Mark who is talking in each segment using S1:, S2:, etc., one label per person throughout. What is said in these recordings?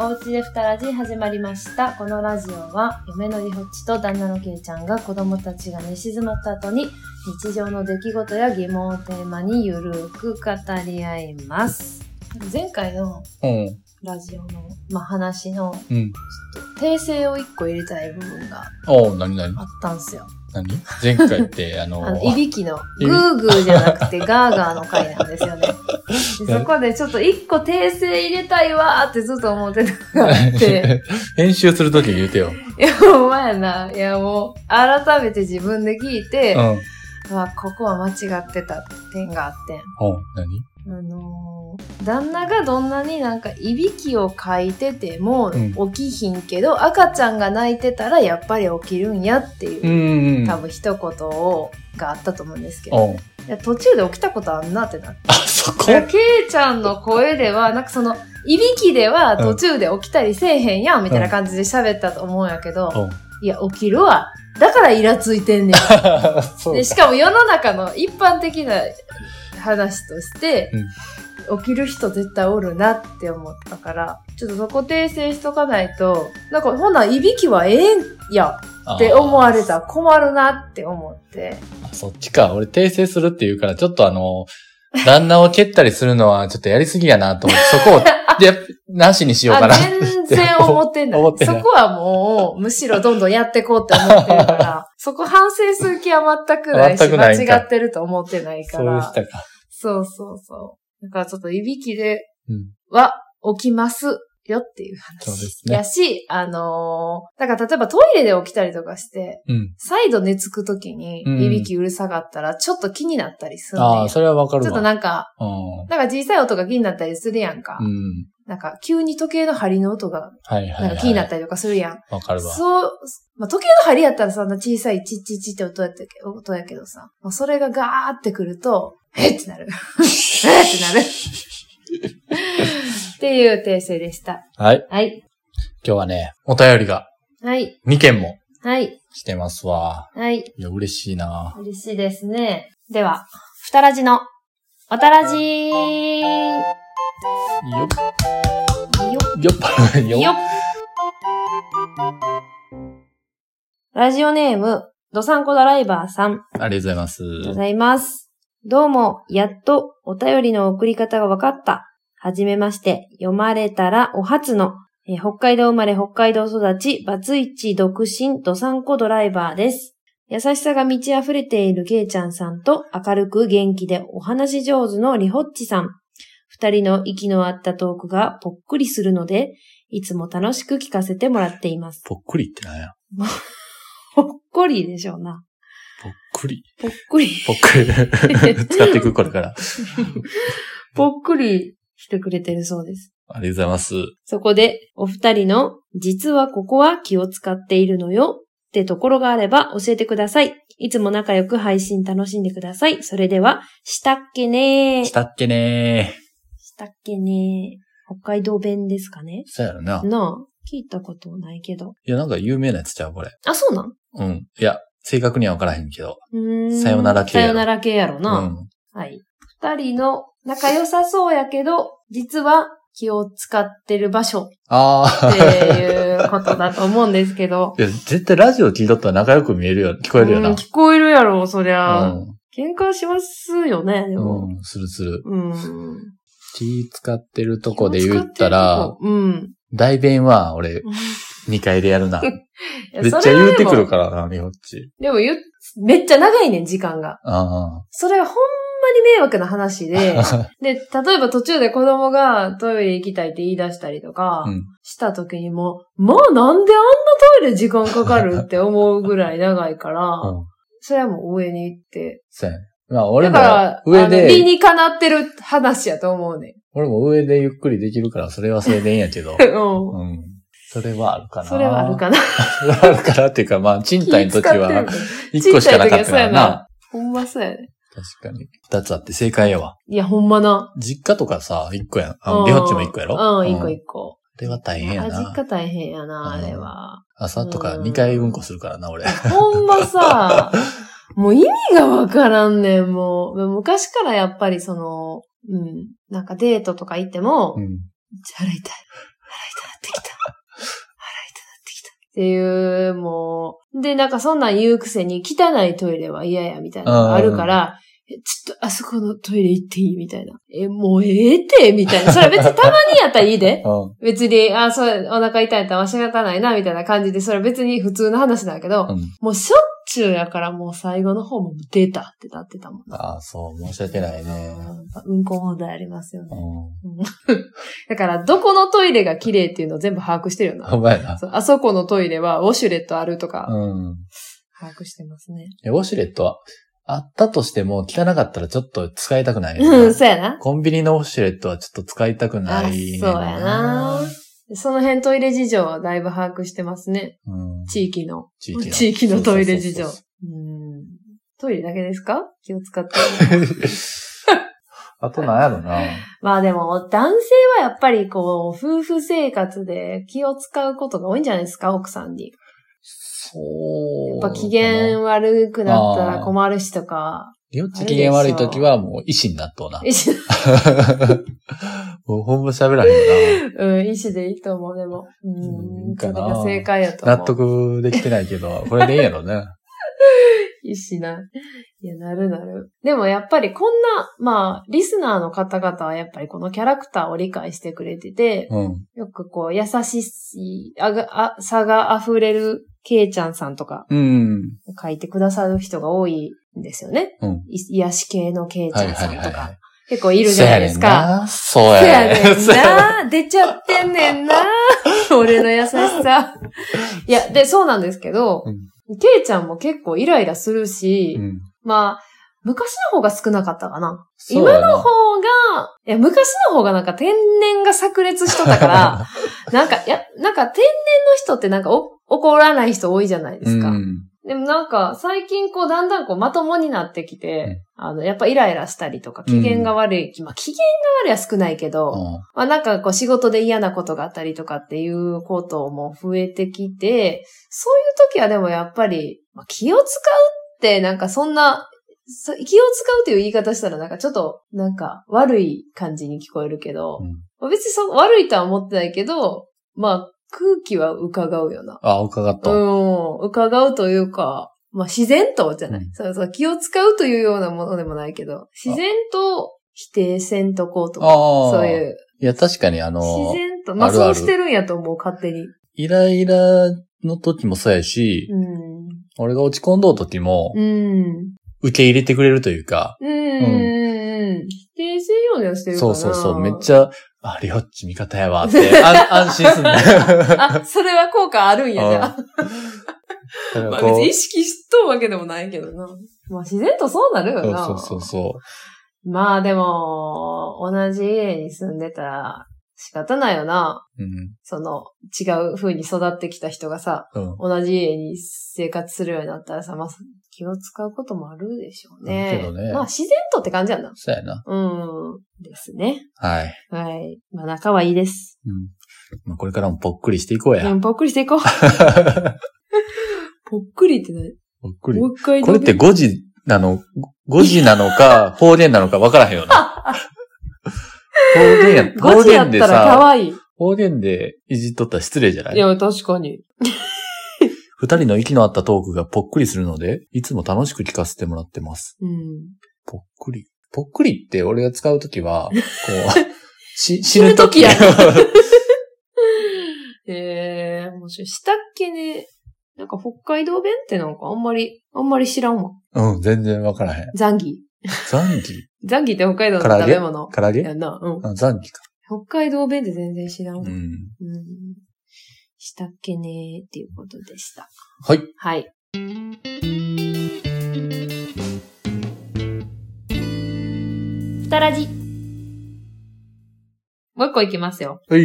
S1: おうちでふたラジ始まりました。このラジオは、嫁のりほっちと旦那のけいちゃんが子供たちが寝静まった後に、日常の出来事や疑問をテーマにゆるく語り合います。前回の
S2: うん。
S1: ラジオの、まあ、話の、
S2: うん。
S1: ちょっと訂正を一個入れたい部分が
S2: おう、なになに
S1: あったんですよ。
S2: なに前回 って、あの、
S1: あの、いびきの、
S2: いび
S1: グーグーじゃなくてガーガーの回なんですよ ね。でそこでちょっと一個訂正入れたいわーってずっと思ってたのがあ って、
S2: 編集するとき言うてよ。
S1: いや、ほんまやな。いや、もう、改めて自分で聞いて
S2: う、ん。うん。
S1: まあ、ここは間違ってた点があって。
S2: 何
S1: あのー旦那がどんなになんかいびきをかいてても
S2: うん
S1: 起きひんけど、赤ちゃんが泣いてたらやっぱり起きるんやっていうう、
S2: んうん。
S1: 多分一言をがあったと思うんですけど、
S2: おう。
S1: いや途中で起きたことあんなってなって。
S2: あ、そこ
S1: だからケイちゃんの声では、なんかその、いびきでは途中で起きたりせえへんやん、みたいな感じで喋ったと思うんやけど、
S2: おう。
S1: いや、起きるわ。だからイラついてんねん。
S2: そう
S1: でしかも世の中の一般的な話として、起きる人絶対おるなって思ったから、ちょっとそこ訂正しとかないと、なんかほな、いびきはええんや
S2: か
S1: って思われたら困るなって思って。
S2: そっちか。俺訂正するって言うから、ちょっとあの、旦那を蹴ったりするのはちょっとやりすぎやな と思って、そこを、で、なしにしようか
S1: あ、
S2: な。
S1: 全然思ってない。
S2: 思って
S1: そ
S2: ない
S1: こはもう、むしろどんどんやってこうって思ってる から、そこ反省する気は全くないし、
S2: 全くないんか
S1: 間違ってると思ってないか
S2: そうで
S1: ら。
S2: したか。
S1: そうそうそう。だからちょっといびきで
S2: うん。
S1: は起きますよっていう話。
S2: そうですね
S1: やし、あのーだから例えばトイレで起きたりとかして、
S2: うん。
S1: 再度寝つくときに
S2: うん
S1: いびきうるさかったらちょっと気になったりする、ねん
S2: ああ、それはわかるわ。
S1: ちょっとなんか、
S2: うん。
S1: なんか小さい音が気になったりするやんか。
S2: うん。
S1: なんか急に時計の針の音が
S2: はいは
S1: なん
S2: い、は
S1: か
S2: い。
S1: 気になったりとかするやん。
S2: わかるわ。
S1: そう、まあ、時計の針やったらそんな小さいチッチッチって音やったけ音やけどさ、まあ、それがガーってくると、えってなる。えってなる。っていう訂正でした。
S2: はい。
S1: はい。
S2: 今日はね、お便りが
S1: はい。
S2: 2件も
S1: はい。
S2: 来てますわ。
S1: はい。
S2: いや、嬉しいな
S1: 嬉しいですね。では、ふたらじの、おたらじー
S2: よっ、
S1: よ
S2: よっ、
S1: っよっラジオネーム、どさんこドライバーさん。
S2: ありがとうございます。
S1: ありがとうございます。どうも、やっとお便りの送り方が分かった。はじめまして、読まれたらお初の、えー北海道生まれ北海道育ち、バツイチ独身、ドサンコドライバーです。優しさが満ち溢れているケイちゃんさんと、明るく元気でお話し上手のリホッチさん。二人の息の合ったトークがぽっくりするので、いつも楽しく聞かせてもらっています。
S2: ぽっくりってなんや
S1: ぽっこりでしょうな。
S2: ぽっくり。
S1: ぽっこり。
S2: ぽっくり。 使っていく、これから。
S1: ぽっくりしてくれてるそうです。
S2: ありがとうございます。
S1: そこで、お二人の、実はここは気を使っているのよってところがあれば教えてください。いつも仲良く配信楽しんでください。それでは、したっけねー。
S2: したっけねー。
S1: したっけねー。北海道弁ですかね
S2: そうやろな。
S1: なあ、聞いたことないけど。
S2: いや、なんか有名なやつちゃう、これ。
S1: あ、そうなん
S2: うん。いや、正確にはわからへんけど。
S1: うーん
S2: さよなら系
S1: さ
S2: やろ
S1: よなら系やろ
S2: う
S1: な。
S2: ん。
S1: はい。二人の仲良さそうやけど、実は気を使ってる場所
S2: あ
S1: っていうことだと思うんですけど。
S2: ー。いや、絶対ラジオ聞いとったら仲良く見えるよ、聞こえるよ
S1: う。
S2: なん
S1: 聞こえるやろ、そりゃ。
S2: うん。
S1: 喧嘩しますよね、でも。
S2: うん、するする。
S1: うん。
S2: 気使ってるとこで言ったら、
S1: うん。
S2: 代弁は俺、2回でやるな。 めっちゃ言うてくるからな、みほっち。
S1: でも言う、めっちゃ長いねん、時間が。
S2: あ
S1: それがほんまに迷惑な話 で、
S2: あ。
S1: で、例えば途中で子供がトイレ行きたいって言い出したりとか
S2: うん、
S1: した時にも、まあなんであんなトイレ時間かかるって思うぐらい長いから、
S2: うん。
S1: それはもう上に行って。
S2: そうやね。まあ、俺
S1: だ
S2: も
S1: から、
S2: 上
S1: あの理
S2: で、
S1: にかなってる話やと思うねん。。
S2: 俺も上でゆっくりできるから、それはそれでいいんやけ ど
S1: うん。
S2: うん。それはあるかな。
S1: それはある。かな。
S2: それはあるかなっていうか、まあ、賃貸の時
S1: 気使ってる
S2: は、1個しかなかったからな。
S1: ほんまそうやね。
S2: 確かに。2つあって正解やわ。
S1: いや、ほんまな。
S2: 実家とかさ、1個やん。
S1: う
S2: あ
S1: ん
S2: リホッチも1個やろ
S1: うん、一個
S2: あ
S1: 一個。
S2: れは大変や
S1: 味
S2: な。
S1: が大変やな、あ
S2: うん
S1: れは。
S2: 朝とか2回うんこするからな、俺。
S1: ほんま さ、もう意味がわからんねん、もう。昔からやっぱりその、うん、なんかデートとか行っても、
S2: うん。
S1: 腹痛い。腹痛いなってきっていう、もう。で、なんかそんなん言うくせに、汚いトイレは嫌や、みたいなのがあるから、えちょっとあそこのトイレ行っていいみたいな。え、もうええって、みたいな。それ別にたまにやったらいいで。
S2: うん。
S1: 別に、あ、そう、お腹痛いんやったら仕方ないな、みたいな感じで、それ別に普通の話なんやけど、
S2: うん
S1: もうしょっちゅうやからもう最後の方も出たってなってたもん。
S2: ああ、そう、申し訳ないね。
S1: うんこ問題ありますよ
S2: う
S1: ね。
S2: ん。
S1: だから、どこのトイレが綺麗っていうのを全部把握してるよな。
S2: ほんまやな。
S1: そうあそこのトイレはウォシュレットあるとか、
S2: うん。
S1: 把握してますね。
S2: えウォシュレットは、あったとしても汚かったらちょっと使いたくないよな
S1: うん、そうやな。
S2: コンビニのウォシュレットはちょっと使いたくないねん
S1: あそうやな。その辺トイレ事情はだいぶ把握してますね。
S2: うん。
S1: 地域の。
S2: 地域の
S1: 地域のトイレ事情
S2: そうそうそうそう。
S1: うんトイレだけですか気を使って るの。
S2: あとなんやろな。
S1: まあでも、男性はやっぱりこう、夫婦生活で気を使うことが多いんじゃないですか、奥さんに。
S2: そう。
S1: やっぱ機嫌悪くなったら困るしとか。
S2: りょっち機嫌悪い時はもう医師になっとうな。
S1: 意思、
S2: もうほんま喋ら へんよ
S1: うん、意思でいいと思う、でも。う、
S2: うんん
S1: それ
S2: かな
S1: が正解やと思
S2: な。
S1: う。
S2: 納。得できてないけど、これでいいやろね。
S1: 意思な。いや、なるなる。でもやっぱりこんな、まあ、リスナーの方々はやっぱりこのキャラクターを理解してくれてて、
S2: うん。
S1: よく こう、優しい、あが、あ、差が溢れる、けいちゃんさんとか、
S2: うん。
S1: 書いてくださる人が多いんですよね。
S2: うん
S1: い癒し系のケイちゃんさんとか、
S2: はいはいはいはい
S1: 結構いるじゃないですか。
S2: そう
S1: そや
S2: や ねん
S1: ね
S2: な。
S1: ん
S2: そうやねん。
S1: な。出ちゃってんねんな。 俺の優しさ。いや、で、そうなんですけど、ケイちゃんも結構イライラするし、
S2: うん
S1: まあ、昔の方が少なかったかな。
S2: そう
S1: 今
S2: やな
S1: の方が、いや、昔の方がなんか天然が炸裂しとったから、 なんか、いや、なんか天然の人ってなんかお怒らない人多いじゃないですか。
S2: うん
S1: でもなんか、最近こう、だんだんこう、まともになってきて、あの、やっぱイライラしたりとか、機嫌が悪い、まあ、機嫌が悪いは少ないけど、
S2: うん
S1: まあなんかこう、仕事で嫌なことがあったりとかっていうことも増えてきて、そういう時はでもやっぱり、まあ、気を使うって、なんかそんな、そ気を使うという言い方したらなんかちょっと、なんか悪い感じに聞こえるけど、
S2: うん
S1: まあ別にそう悪いとは思ってないけど、まあ、空気は伺うよな。
S2: あ、伺った。
S1: うん、伺うというか、まあ自然とじゃない、
S2: うん
S1: そうそう、気を使うというようなものでもないけど、自然と否定せんとこうとか、
S2: ああ。
S1: そういう、
S2: いや、確かにあ
S1: 自
S2: の、
S1: 然と、まあ
S2: あるあ
S1: そう
S2: る
S1: してるんやと思う、勝手に。
S2: イライラの時もそうやし、
S1: うん。
S2: 俺が落ち込んどう時も
S1: う、ん。
S2: 受け入れてくれるというか、
S1: うん。否定せんようにはしてるか
S2: そ
S1: な。
S2: うそうそう、めっちゃ、あ、りょっち味方やわ って、あ安心すんだよ。
S1: あ、それは効果あるんや、じゃあ。
S2: う んだ
S1: ま
S2: か
S1: あ
S2: らこう
S1: 別に意識しとうわけでもないけどな。まあ自然とそうなる
S2: そ
S1: よ
S2: う
S1: な。
S2: そうそうそ
S1: まあでも、同じ家に住んでたら仕方ないよな。
S2: う。うん。
S1: その、違う風に育ってきた人がさ、
S2: うん。
S1: 同じ家に生活するようになったらさ、まあ、気を使うこともあるでしょうね。
S2: うんけどね
S1: まあ、自然とって感じやな。
S2: そうやな。
S1: うん。ですね。
S2: はい。
S1: はい。まあ、仲はいいです。
S2: うん。まあ、これからもぽっくりしていこう
S1: う
S2: や。
S1: ん、ぽっくりしていこ う。ぽっくりって何
S2: ぽっくり
S1: も。う一回
S2: これって
S1: 伸び
S2: 5時なの、5時なの か、方言なのか分からへんよな。方 言や、
S1: 5
S2: 方
S1: 時や
S2: 言
S1: っ
S2: で
S1: たら可
S2: さ、
S1: 愛い。
S2: 方言でいじっとったら失礼じゃないい
S1: や、確かに。
S2: 二人の息の合ったトークがぽっくりするので、いつも楽しく聞かせてもらってます。
S1: うん。
S2: ぽっくり。ぽっくりって俺が使うときは、こう、し死
S1: ぬ
S2: ぬ
S1: と
S2: と
S1: き
S2: き
S1: や
S2: う
S1: ええー、もし、したっけね。なんか北海道弁ってなんかあんまり、あんまり知らんわ。
S2: ん、全然分からへん。
S1: ザンギ。
S2: ザンギ
S1: ザンギって北海道の
S2: 唐揚
S1: 食
S2: げ
S1: べ物。
S2: 唐揚げ
S1: やんな。うん。
S2: あザンギか。
S1: 北海道弁って全然知らんわ。
S2: う
S1: うん。
S2: ん。
S1: したっけねーっていうことでした。
S2: はい。
S1: はい。ふたらじ。もう一個いきますよ。
S2: は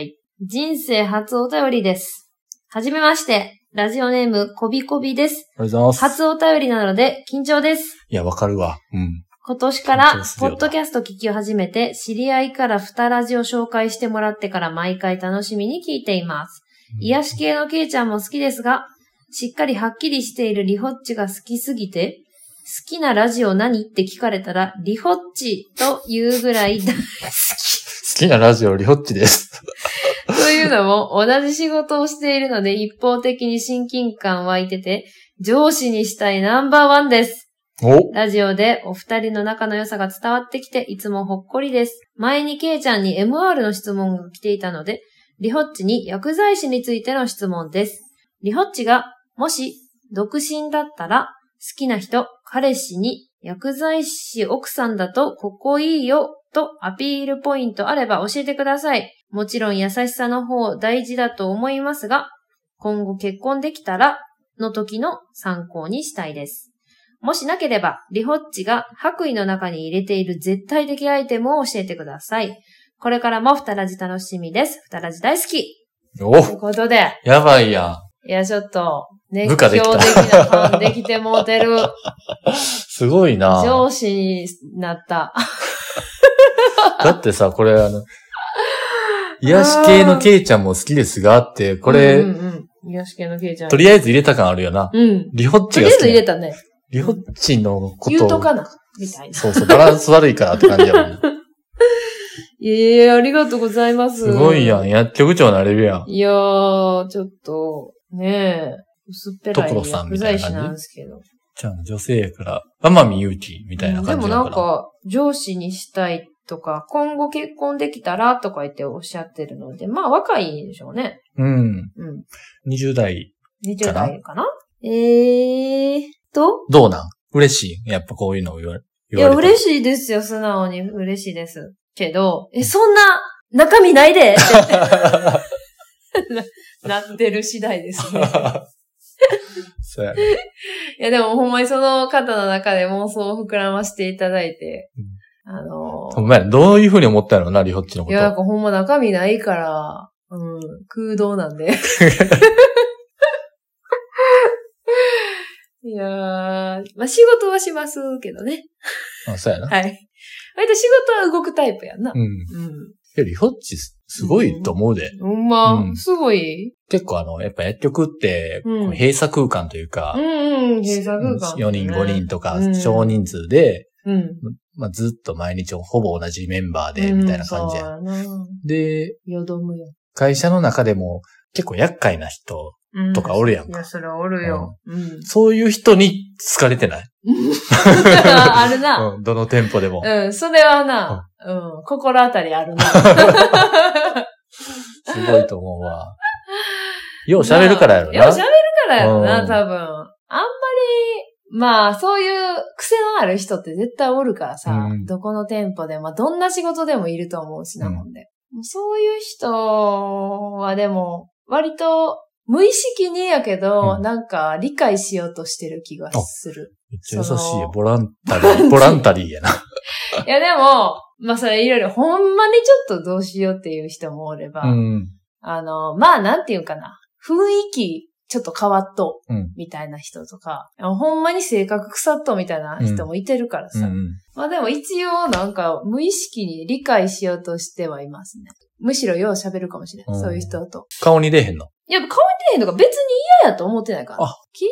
S2: い。
S1: 人生初お便りです。はじめまして。ラジオネーム、こびこびです。
S2: ありがとうございます。
S1: 初お便りなので、緊張です。
S2: いや、わかるわ。うん。
S1: 今年か
S2: 緊
S1: ら
S2: 張、する
S1: ポ
S2: よな
S1: ッドキャスト聞きを始めて、知り合いから二ラジを紹介してもらってから毎回楽しみに聞いています。癒し系のケイちゃんも好きですが、しっかりはっきりしているリホッチが好きすぎて、好きなラジオ何って聞かれたら、リホッ チというぐらい大好き。
S2: 好きなラジオ、リホッチです。
S1: というのも、同じ仕事をしているので一方的に親近感湧いてて、上司にしたいナンバーワンです。
S2: お
S1: ラジオでお二人の仲の良さが伝わってきて、いつもほっこりです。前にケイちゃんに MR の質問が来ていたので、リホッチに薬剤師についての質問です。リホッチが、もし、独身だったら、好きな人、彼氏に、薬剤師奥さんだと、ここいいよ、とアピールポイントあれば教えてください。もちろん優しさの方大事だと思いますが、今後結婚できたら、の時の参考にしたいです。もしなければ、リホッチが白衣の中に入れている絶対的アイテムを教えてください。これからもふたらじ楽しみです。ふたらじ大好きとい
S2: お
S1: うことで、
S2: やばいやん。
S1: いや、ちょっと、熱
S2: 部下でき
S1: 狂
S2: た
S1: 的なファンできてもうて る
S2: すごいな
S1: 上司になった。
S2: だってさ、これあの、癒し系のケイちゃんも好きですがって、これ、
S1: うんうんうん。癒し系のけいちゃん。
S2: とりあえず入れた感あるよな。
S1: うん。
S2: リホッ
S1: と
S2: チ
S1: り
S2: が
S1: あえ
S2: 好
S1: ず入れ
S2: き。
S1: たね。
S2: リホッチのこと
S1: 言うとかな。みたいな。
S2: そうそう、バランス悪いからって感じやも ん。
S1: いやいや、ありがとうございます。
S2: すごいやん。薬局長なれるやん。
S1: いやー、ちょっと、ねえ、薄っぺらい
S2: 所さん
S1: 薬
S2: みたい
S1: 剤
S2: な感じ
S1: 師なんですけど。
S2: ちゃん、女性やから、天海祐希みたいな
S1: で
S2: 感
S1: も
S2: じ
S1: な
S2: だ
S1: ん
S2: から。
S1: か、上司にしたいとか、今後結婚できたらとか言っておっしゃってるので、まあ若いんでしょうね。
S2: うん。
S1: うん。
S2: 20代、
S1: 20代かなえーと、
S2: どうなん嬉しいやっぱこういうのを言わ
S1: い
S2: 言わ
S1: や、
S2: れ
S1: 嬉
S2: し
S1: しいですよ、素直に嬉しいです。けど、え、そんな、中身ない でっ
S2: い。
S1: てなってる次第ですね。
S2: そうやね。
S1: いや、でもほんまにその方の中で妄想を膨らましていただいて
S2: うん、
S1: あのー
S2: ほんまや、どういうふうに思ったのな、リホッチのこ
S1: いや、なん
S2: と。
S1: かほんま中身ないから、うん、空洞なん で。いやー、まあ仕事はしますけどね。
S2: あ、そうやな。
S1: はい。割と仕事は動くタイプやんな
S2: う。ん。い
S1: うん。
S2: や、リホッチすすごいと思うで。
S1: ほんま、
S2: うん
S1: すごい。
S2: 結構あの、やっぱ薬局って、
S1: うん
S2: こう閉鎖空間というか、
S1: うんうん、閉鎖空間、
S2: 4人5人とか
S1: うん、
S2: 少人数で、
S1: うん。
S2: まあ、ずっと毎日ほぼ同じメンバーで、みたいな感じや、
S1: うんそうやな
S2: で、
S1: よどむよ。
S2: 会社の中でも結構厄介な人、
S1: うん
S2: とかおるやん
S1: い
S2: か
S1: や、それはおるよ。うん。
S2: そういう人に好かれてない、
S1: あるな。
S2: うん、どの店舗でも。
S1: うん、それはな、うん、心当たりあるな。
S2: すごいと思うわ。よう喋るからやろ
S1: よう喋
S2: な。
S1: るからやろ
S2: う
S1: な、
S2: ん
S1: 多分。あんまり、まあ、そういう癖のある人って絶対おるからさ、
S2: うん
S1: どこの店舗で、まあ、どんな仕事でもいると思うしな、
S2: うん
S1: ほんで。そういう人はでも、割と、無意識にやけど、
S2: うん
S1: なんか理解しようとしてる気がする。
S2: めっちゃ優しい
S1: その
S2: よ。ボランタリー、ボランタリーやな。
S1: いやでも、まあそれいろいろ、ほんまにちょっとどうしようっていう人もおれば、
S2: うん。
S1: あの、まあ、なんていうんかな。雰囲気、ちょっと変わっとう
S2: うん、
S1: みたいな人とか、ほんまに性格腐っと、みたいな人もいてるから
S2: う
S1: さ。
S2: ん。
S1: まあでも一応、なんか、無意識に理解しようとしてはいますね。むしろよう喋るかもしれない。
S2: うん
S1: そういう人と。
S2: 顔に出えへんの。
S1: いや、顔に出へんのが別に嫌やと思ってないから。
S2: あ
S1: き嫌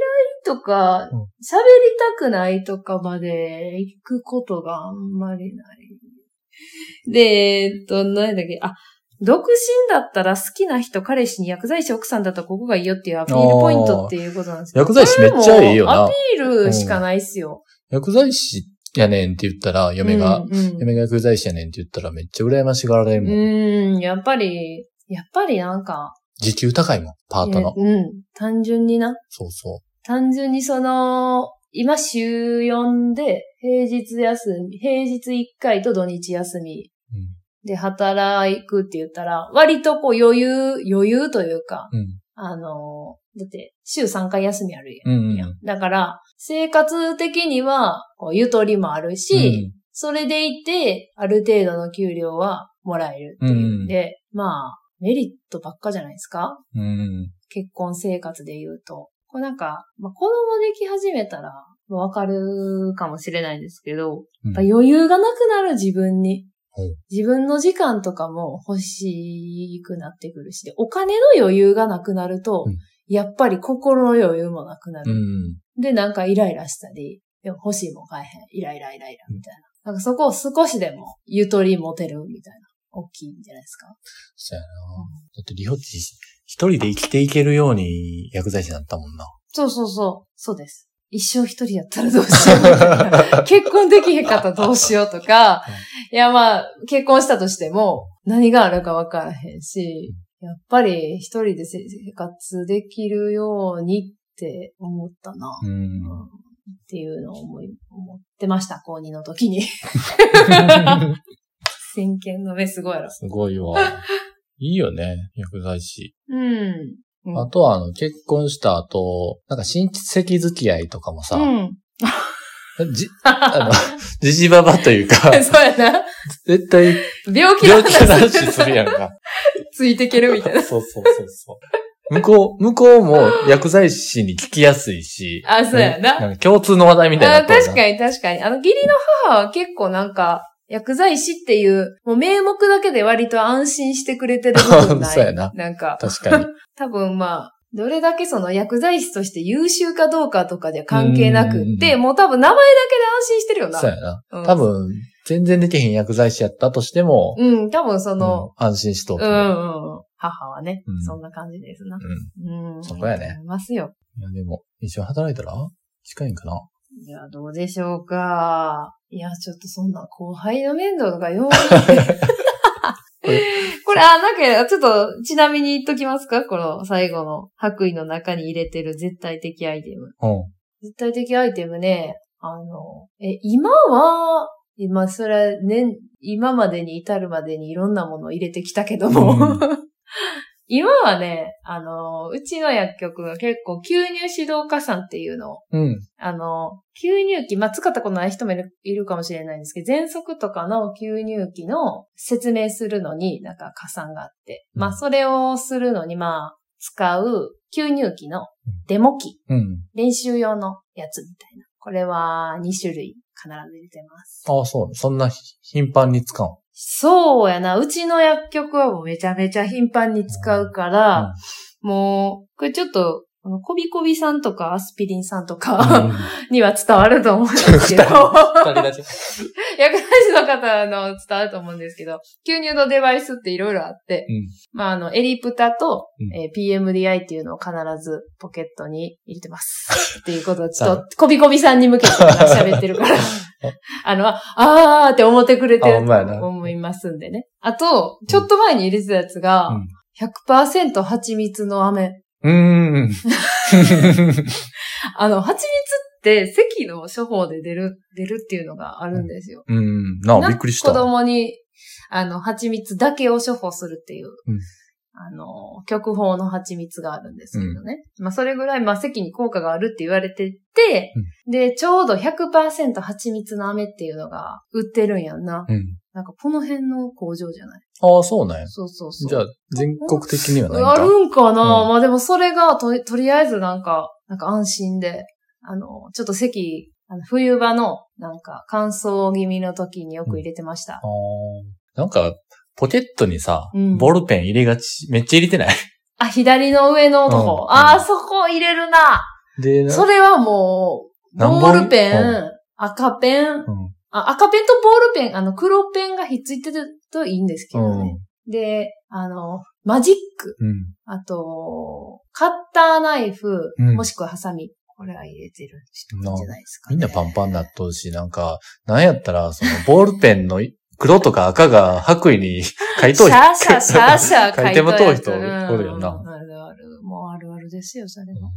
S1: いとか
S2: うん、
S1: 喋りたくないとかまで行くことがあんまりない。で、えっと、何だっけ、あ、独身だったら好きな人、彼氏に薬剤師奥さんだとここがいいよっていうアピールポイントっていうことなんですけど。
S2: 薬剤師めっちゃいいよ
S1: これも
S2: な
S1: ア。ピールしかないっすよ。
S2: 薬剤師やねんって言ったら、嫁が、
S1: うんうん
S2: 嫁が薬剤師やねんって言ったらめっちゃ羨ましがられるもん。
S1: うん、やっぱり、やっぱりなんか、
S2: 時給高いもん、パートの。
S1: うん、単純にな。
S2: そうそ
S1: 単純にその、今週4で、平日休み、平日1回と土日休み
S2: う。うん
S1: で働くって言ったら、割とこう余裕、余裕というか、
S2: うん。
S1: あの、だって週3回休みあるやん。
S2: うんうん。
S1: だから、生活的には、こうゆとりもあるし、それでいて、ある程度の給料はもらえるっていうんで、まあ、メリットばっかじゃないですか
S2: うん。うん。
S1: 結婚生活で言うと。こうなんか、まあ、子供でき始めたら、わかるかもしれないんですけど、
S2: う
S1: や
S2: ん
S1: っぱ余裕がなくなる自分に
S2: うん。
S1: 自分の時間とかも欲しくなってくるし、でお金の余裕がなくなると、
S2: うん
S1: やっぱり心の余裕もなくな
S2: う
S1: る。
S2: ん。
S1: で、なんかイライラしたり、でも欲しいもん買えへん。イライライライラみたいな。なんかそこを少しでもゆとり持てるみたいな。大きいんじゃないですか。
S2: そうやな。だってリホッチ、一人で生きていけるように薬剤師になったも んな。
S1: そうそうそう。そうです。一生一人やったらどうしようみたいな。結婚できへんかったらどうしようとか
S2: うん、
S1: いやまあ、結婚したとしても何があるかわからへんし、やっぱり一人でせ生活できるようにって思ったな。
S2: う
S1: うん
S2: ん。
S1: っていうのを思い、思ってました、高2の時 に。先見の目すごいやろ。
S2: すごいわ。いいよね、薬剤師。
S1: うん。うん
S2: あとは、あの、結婚した後、なんか親戚付き合いとかもさ、
S1: うん。
S2: じ、あの、 じじばばというか、
S1: そうやな。
S2: 絶対
S1: 病気の
S2: 病気の
S1: 話
S2: 話するやんか。
S1: ついてけるみたいな。
S2: そうそうそうそう。向こう、向こうも薬剤師に聞きやすいし。
S1: あそうやな
S2: なんか共通の話題みたい
S1: あ
S2: になった
S1: 確かに確かに。あの、義理の母は結構なんか、薬剤師っていう、もう名目だけで割と安心してくれてる部分ない。
S2: そうやな
S1: なんか、
S2: に。確かに。
S1: 多分まあ、どれだけその薬剤師として優秀かどうかとかでは関係なくっ
S2: うんうん
S1: て、もう多分名前だけで安心してるよな。
S2: そうやな。
S1: うん
S2: 多。分、全然できへん薬剤師やったとしても、
S1: うん、多分その、
S2: うん安心しとう
S1: うん、
S2: と
S1: う
S2: 思う。
S1: んうん母はね、
S2: うん
S1: そんな感じですな。
S2: うん。
S1: うん。
S2: そこやね。
S1: いますよ。
S2: いや、でも、一緒に働いたら近いんかない
S1: や、どうでしょうか。いや、ちょっとそんな後輩の面倒とかよう
S2: え
S1: これ、あ、なんか、ちょっと、ちなみに言っときますかこの最後の白衣の中に入れてる絶対的アイテム。
S2: うん。
S1: 絶対的アイテムね、あの、え、今は、今、それは年、今までに至るまでにいろんなものを入れてきたけども、
S2: うん
S1: 今はね、あの、うちの薬局が結構吸入指導加算っていうのを
S2: うん。
S1: あの、吸入器、まあ、使ったことない人もいるいるかもしれないんですけど、喘息とかの吸入器の説明するのに、なんか加算があって、
S2: うん
S1: まあ、それをするのに、まあ、使う吸入器のデモ機、
S2: うん。
S1: 練習用のやつみたいな。これは2種類必ず入れてます。
S2: ああ、そう。そんな頻繁に使うん。
S1: そうやな。うちの薬局はもうめちゃめちゃ頻繁に使うから、もう、これちょっと、このコビコビさんとかアスピリンさんとかには伝わると思うんですけど。
S2: 二人立ち。
S1: 薬剤師の方の伝わると思うんですけど、吸入のデバイスっていろいろあって、
S2: うん
S1: まあ、あの、エリプタと、
S2: うん
S1: えー PMDI っていうのを必ずポケットに入れて ます。っていうことをちょっと、こびこびさんに向けて今喋ってるから、あの、ああーって思ってくれて
S2: あほ
S1: る
S2: ん
S1: と
S2: まやな
S1: 思いますんでね。あと、ちょっと前に入れてたやつが、
S2: うん
S1: 100%蜂蜜の飴。
S2: うーん。
S1: あの、蜂蜜って、咳の処方で出る、出るっていうのがあるんですよ。
S2: うん。なあ、
S1: な
S2: びっくりした。
S1: 子供に、あの、蜂蜜だけを処方するっていう、
S2: うん
S1: あの、極法の蜂蜜があるんですけどね。まあ、それぐらい、まあ、咳に効果があるって言われてて、で、ちょうど100%蜂蜜の飴っていうのが売ってるんやんな。
S2: うん。
S1: なんか、この辺の工場じゃない
S2: ああ、そうなんや。
S1: そうそうそう。
S2: じゃあ、全国的にはないん
S1: あ
S2: だ。
S1: るんかな、
S2: うん
S1: まあでもそれがと、とりあえずなんか、なんか安心で、あの、ちょっと席、あの冬場の、なんか、乾燥気味の時によく入れてました。
S2: あーなんか、ポケットにさ
S1: うん、
S2: ボールペン入れがち、めっちゃ入れてない
S1: あ、左の上のと
S2: うん
S1: こ。ああ、そこ入れるな。
S2: で、な
S1: それはもう、
S2: 何
S1: ボ
S2: 本
S1: ールペン、
S2: う
S1: 赤ペン、
S2: うん
S1: あ、赤ペンとボールペン、あの、黒ペンがひっついてるといいんですけ
S2: う
S1: ど
S2: ん
S1: ね。。で、あの、マジック、
S2: うん。
S1: あと、カッターナイフ、
S2: うん
S1: もしくはハサミ。これは入れてる人多いんじゃないですか、
S2: みんなパンパンになっとるし、なんか、なんやったら、その、ボールペンのい黒とか赤が白衣 に書い
S1: シ
S2: と
S1: ャ
S2: る
S1: ー
S2: 人。
S1: シャーシャーシャー
S2: 書いても
S1: と
S2: と
S1: る
S2: う人おるよな
S1: あるある。もうあるあるですよ、それは。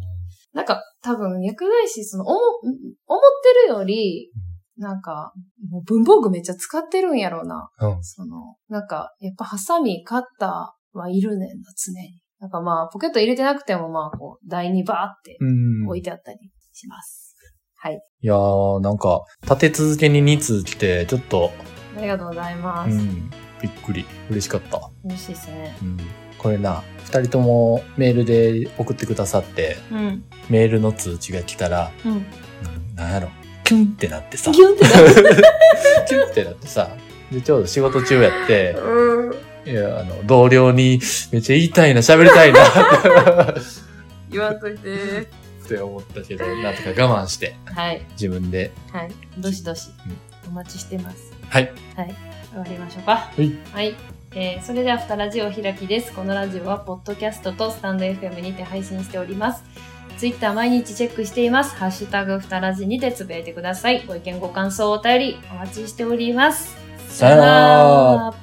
S1: なんか、多分、薬剤師、その、おも、思ってるより、なんか、もう文房具めっちゃ使ってるんやろうな。
S2: うん
S1: その、なんか、やっぱハサミ、カッターはいるねんな、常に。なんかまあ、ポケット入れてなくても、まあ、こう、台にバーって
S2: うん。
S1: 置いてあったりします。はい。
S2: いやー、なんか、立て続けに2通って、ちょっと、
S1: ありがとうございま
S2: う
S1: す。
S2: ん、びっくり。嬉しかった。
S1: 美味しいですね。
S2: うん。これな、二人ともメールで送ってくださって、
S1: うん。
S2: メールの通知が来たら、
S1: うん。
S2: うんなんやろ、キュンってなっ てさ、
S1: ギュンってなる。
S2: キュンってなってさ、で、ちょうど仕事中やって、
S1: うん。
S2: いや、あの、同僚に、めっちゃ言いたいな、喋りたいな、 っ
S1: 言わんといて。
S2: て思ったけど、なんとか我慢して、
S1: はい。
S2: 自分で。
S1: はい。どしどし
S2: うん。
S1: お待ちしてます。
S2: はい。
S1: はい。終わりましょうか。
S2: はい。
S1: はい。えーそれでは、ふたラジオお開きです。このラジオは、ポッドキャストとスタンド FM にて配信しております。ツイッター毎日チェックしています。ハッシュタグ、ふたラジにてつぶやいてください。ご意見、ご感想、お便り、お待ちしております。
S2: さよなら。
S1: ら。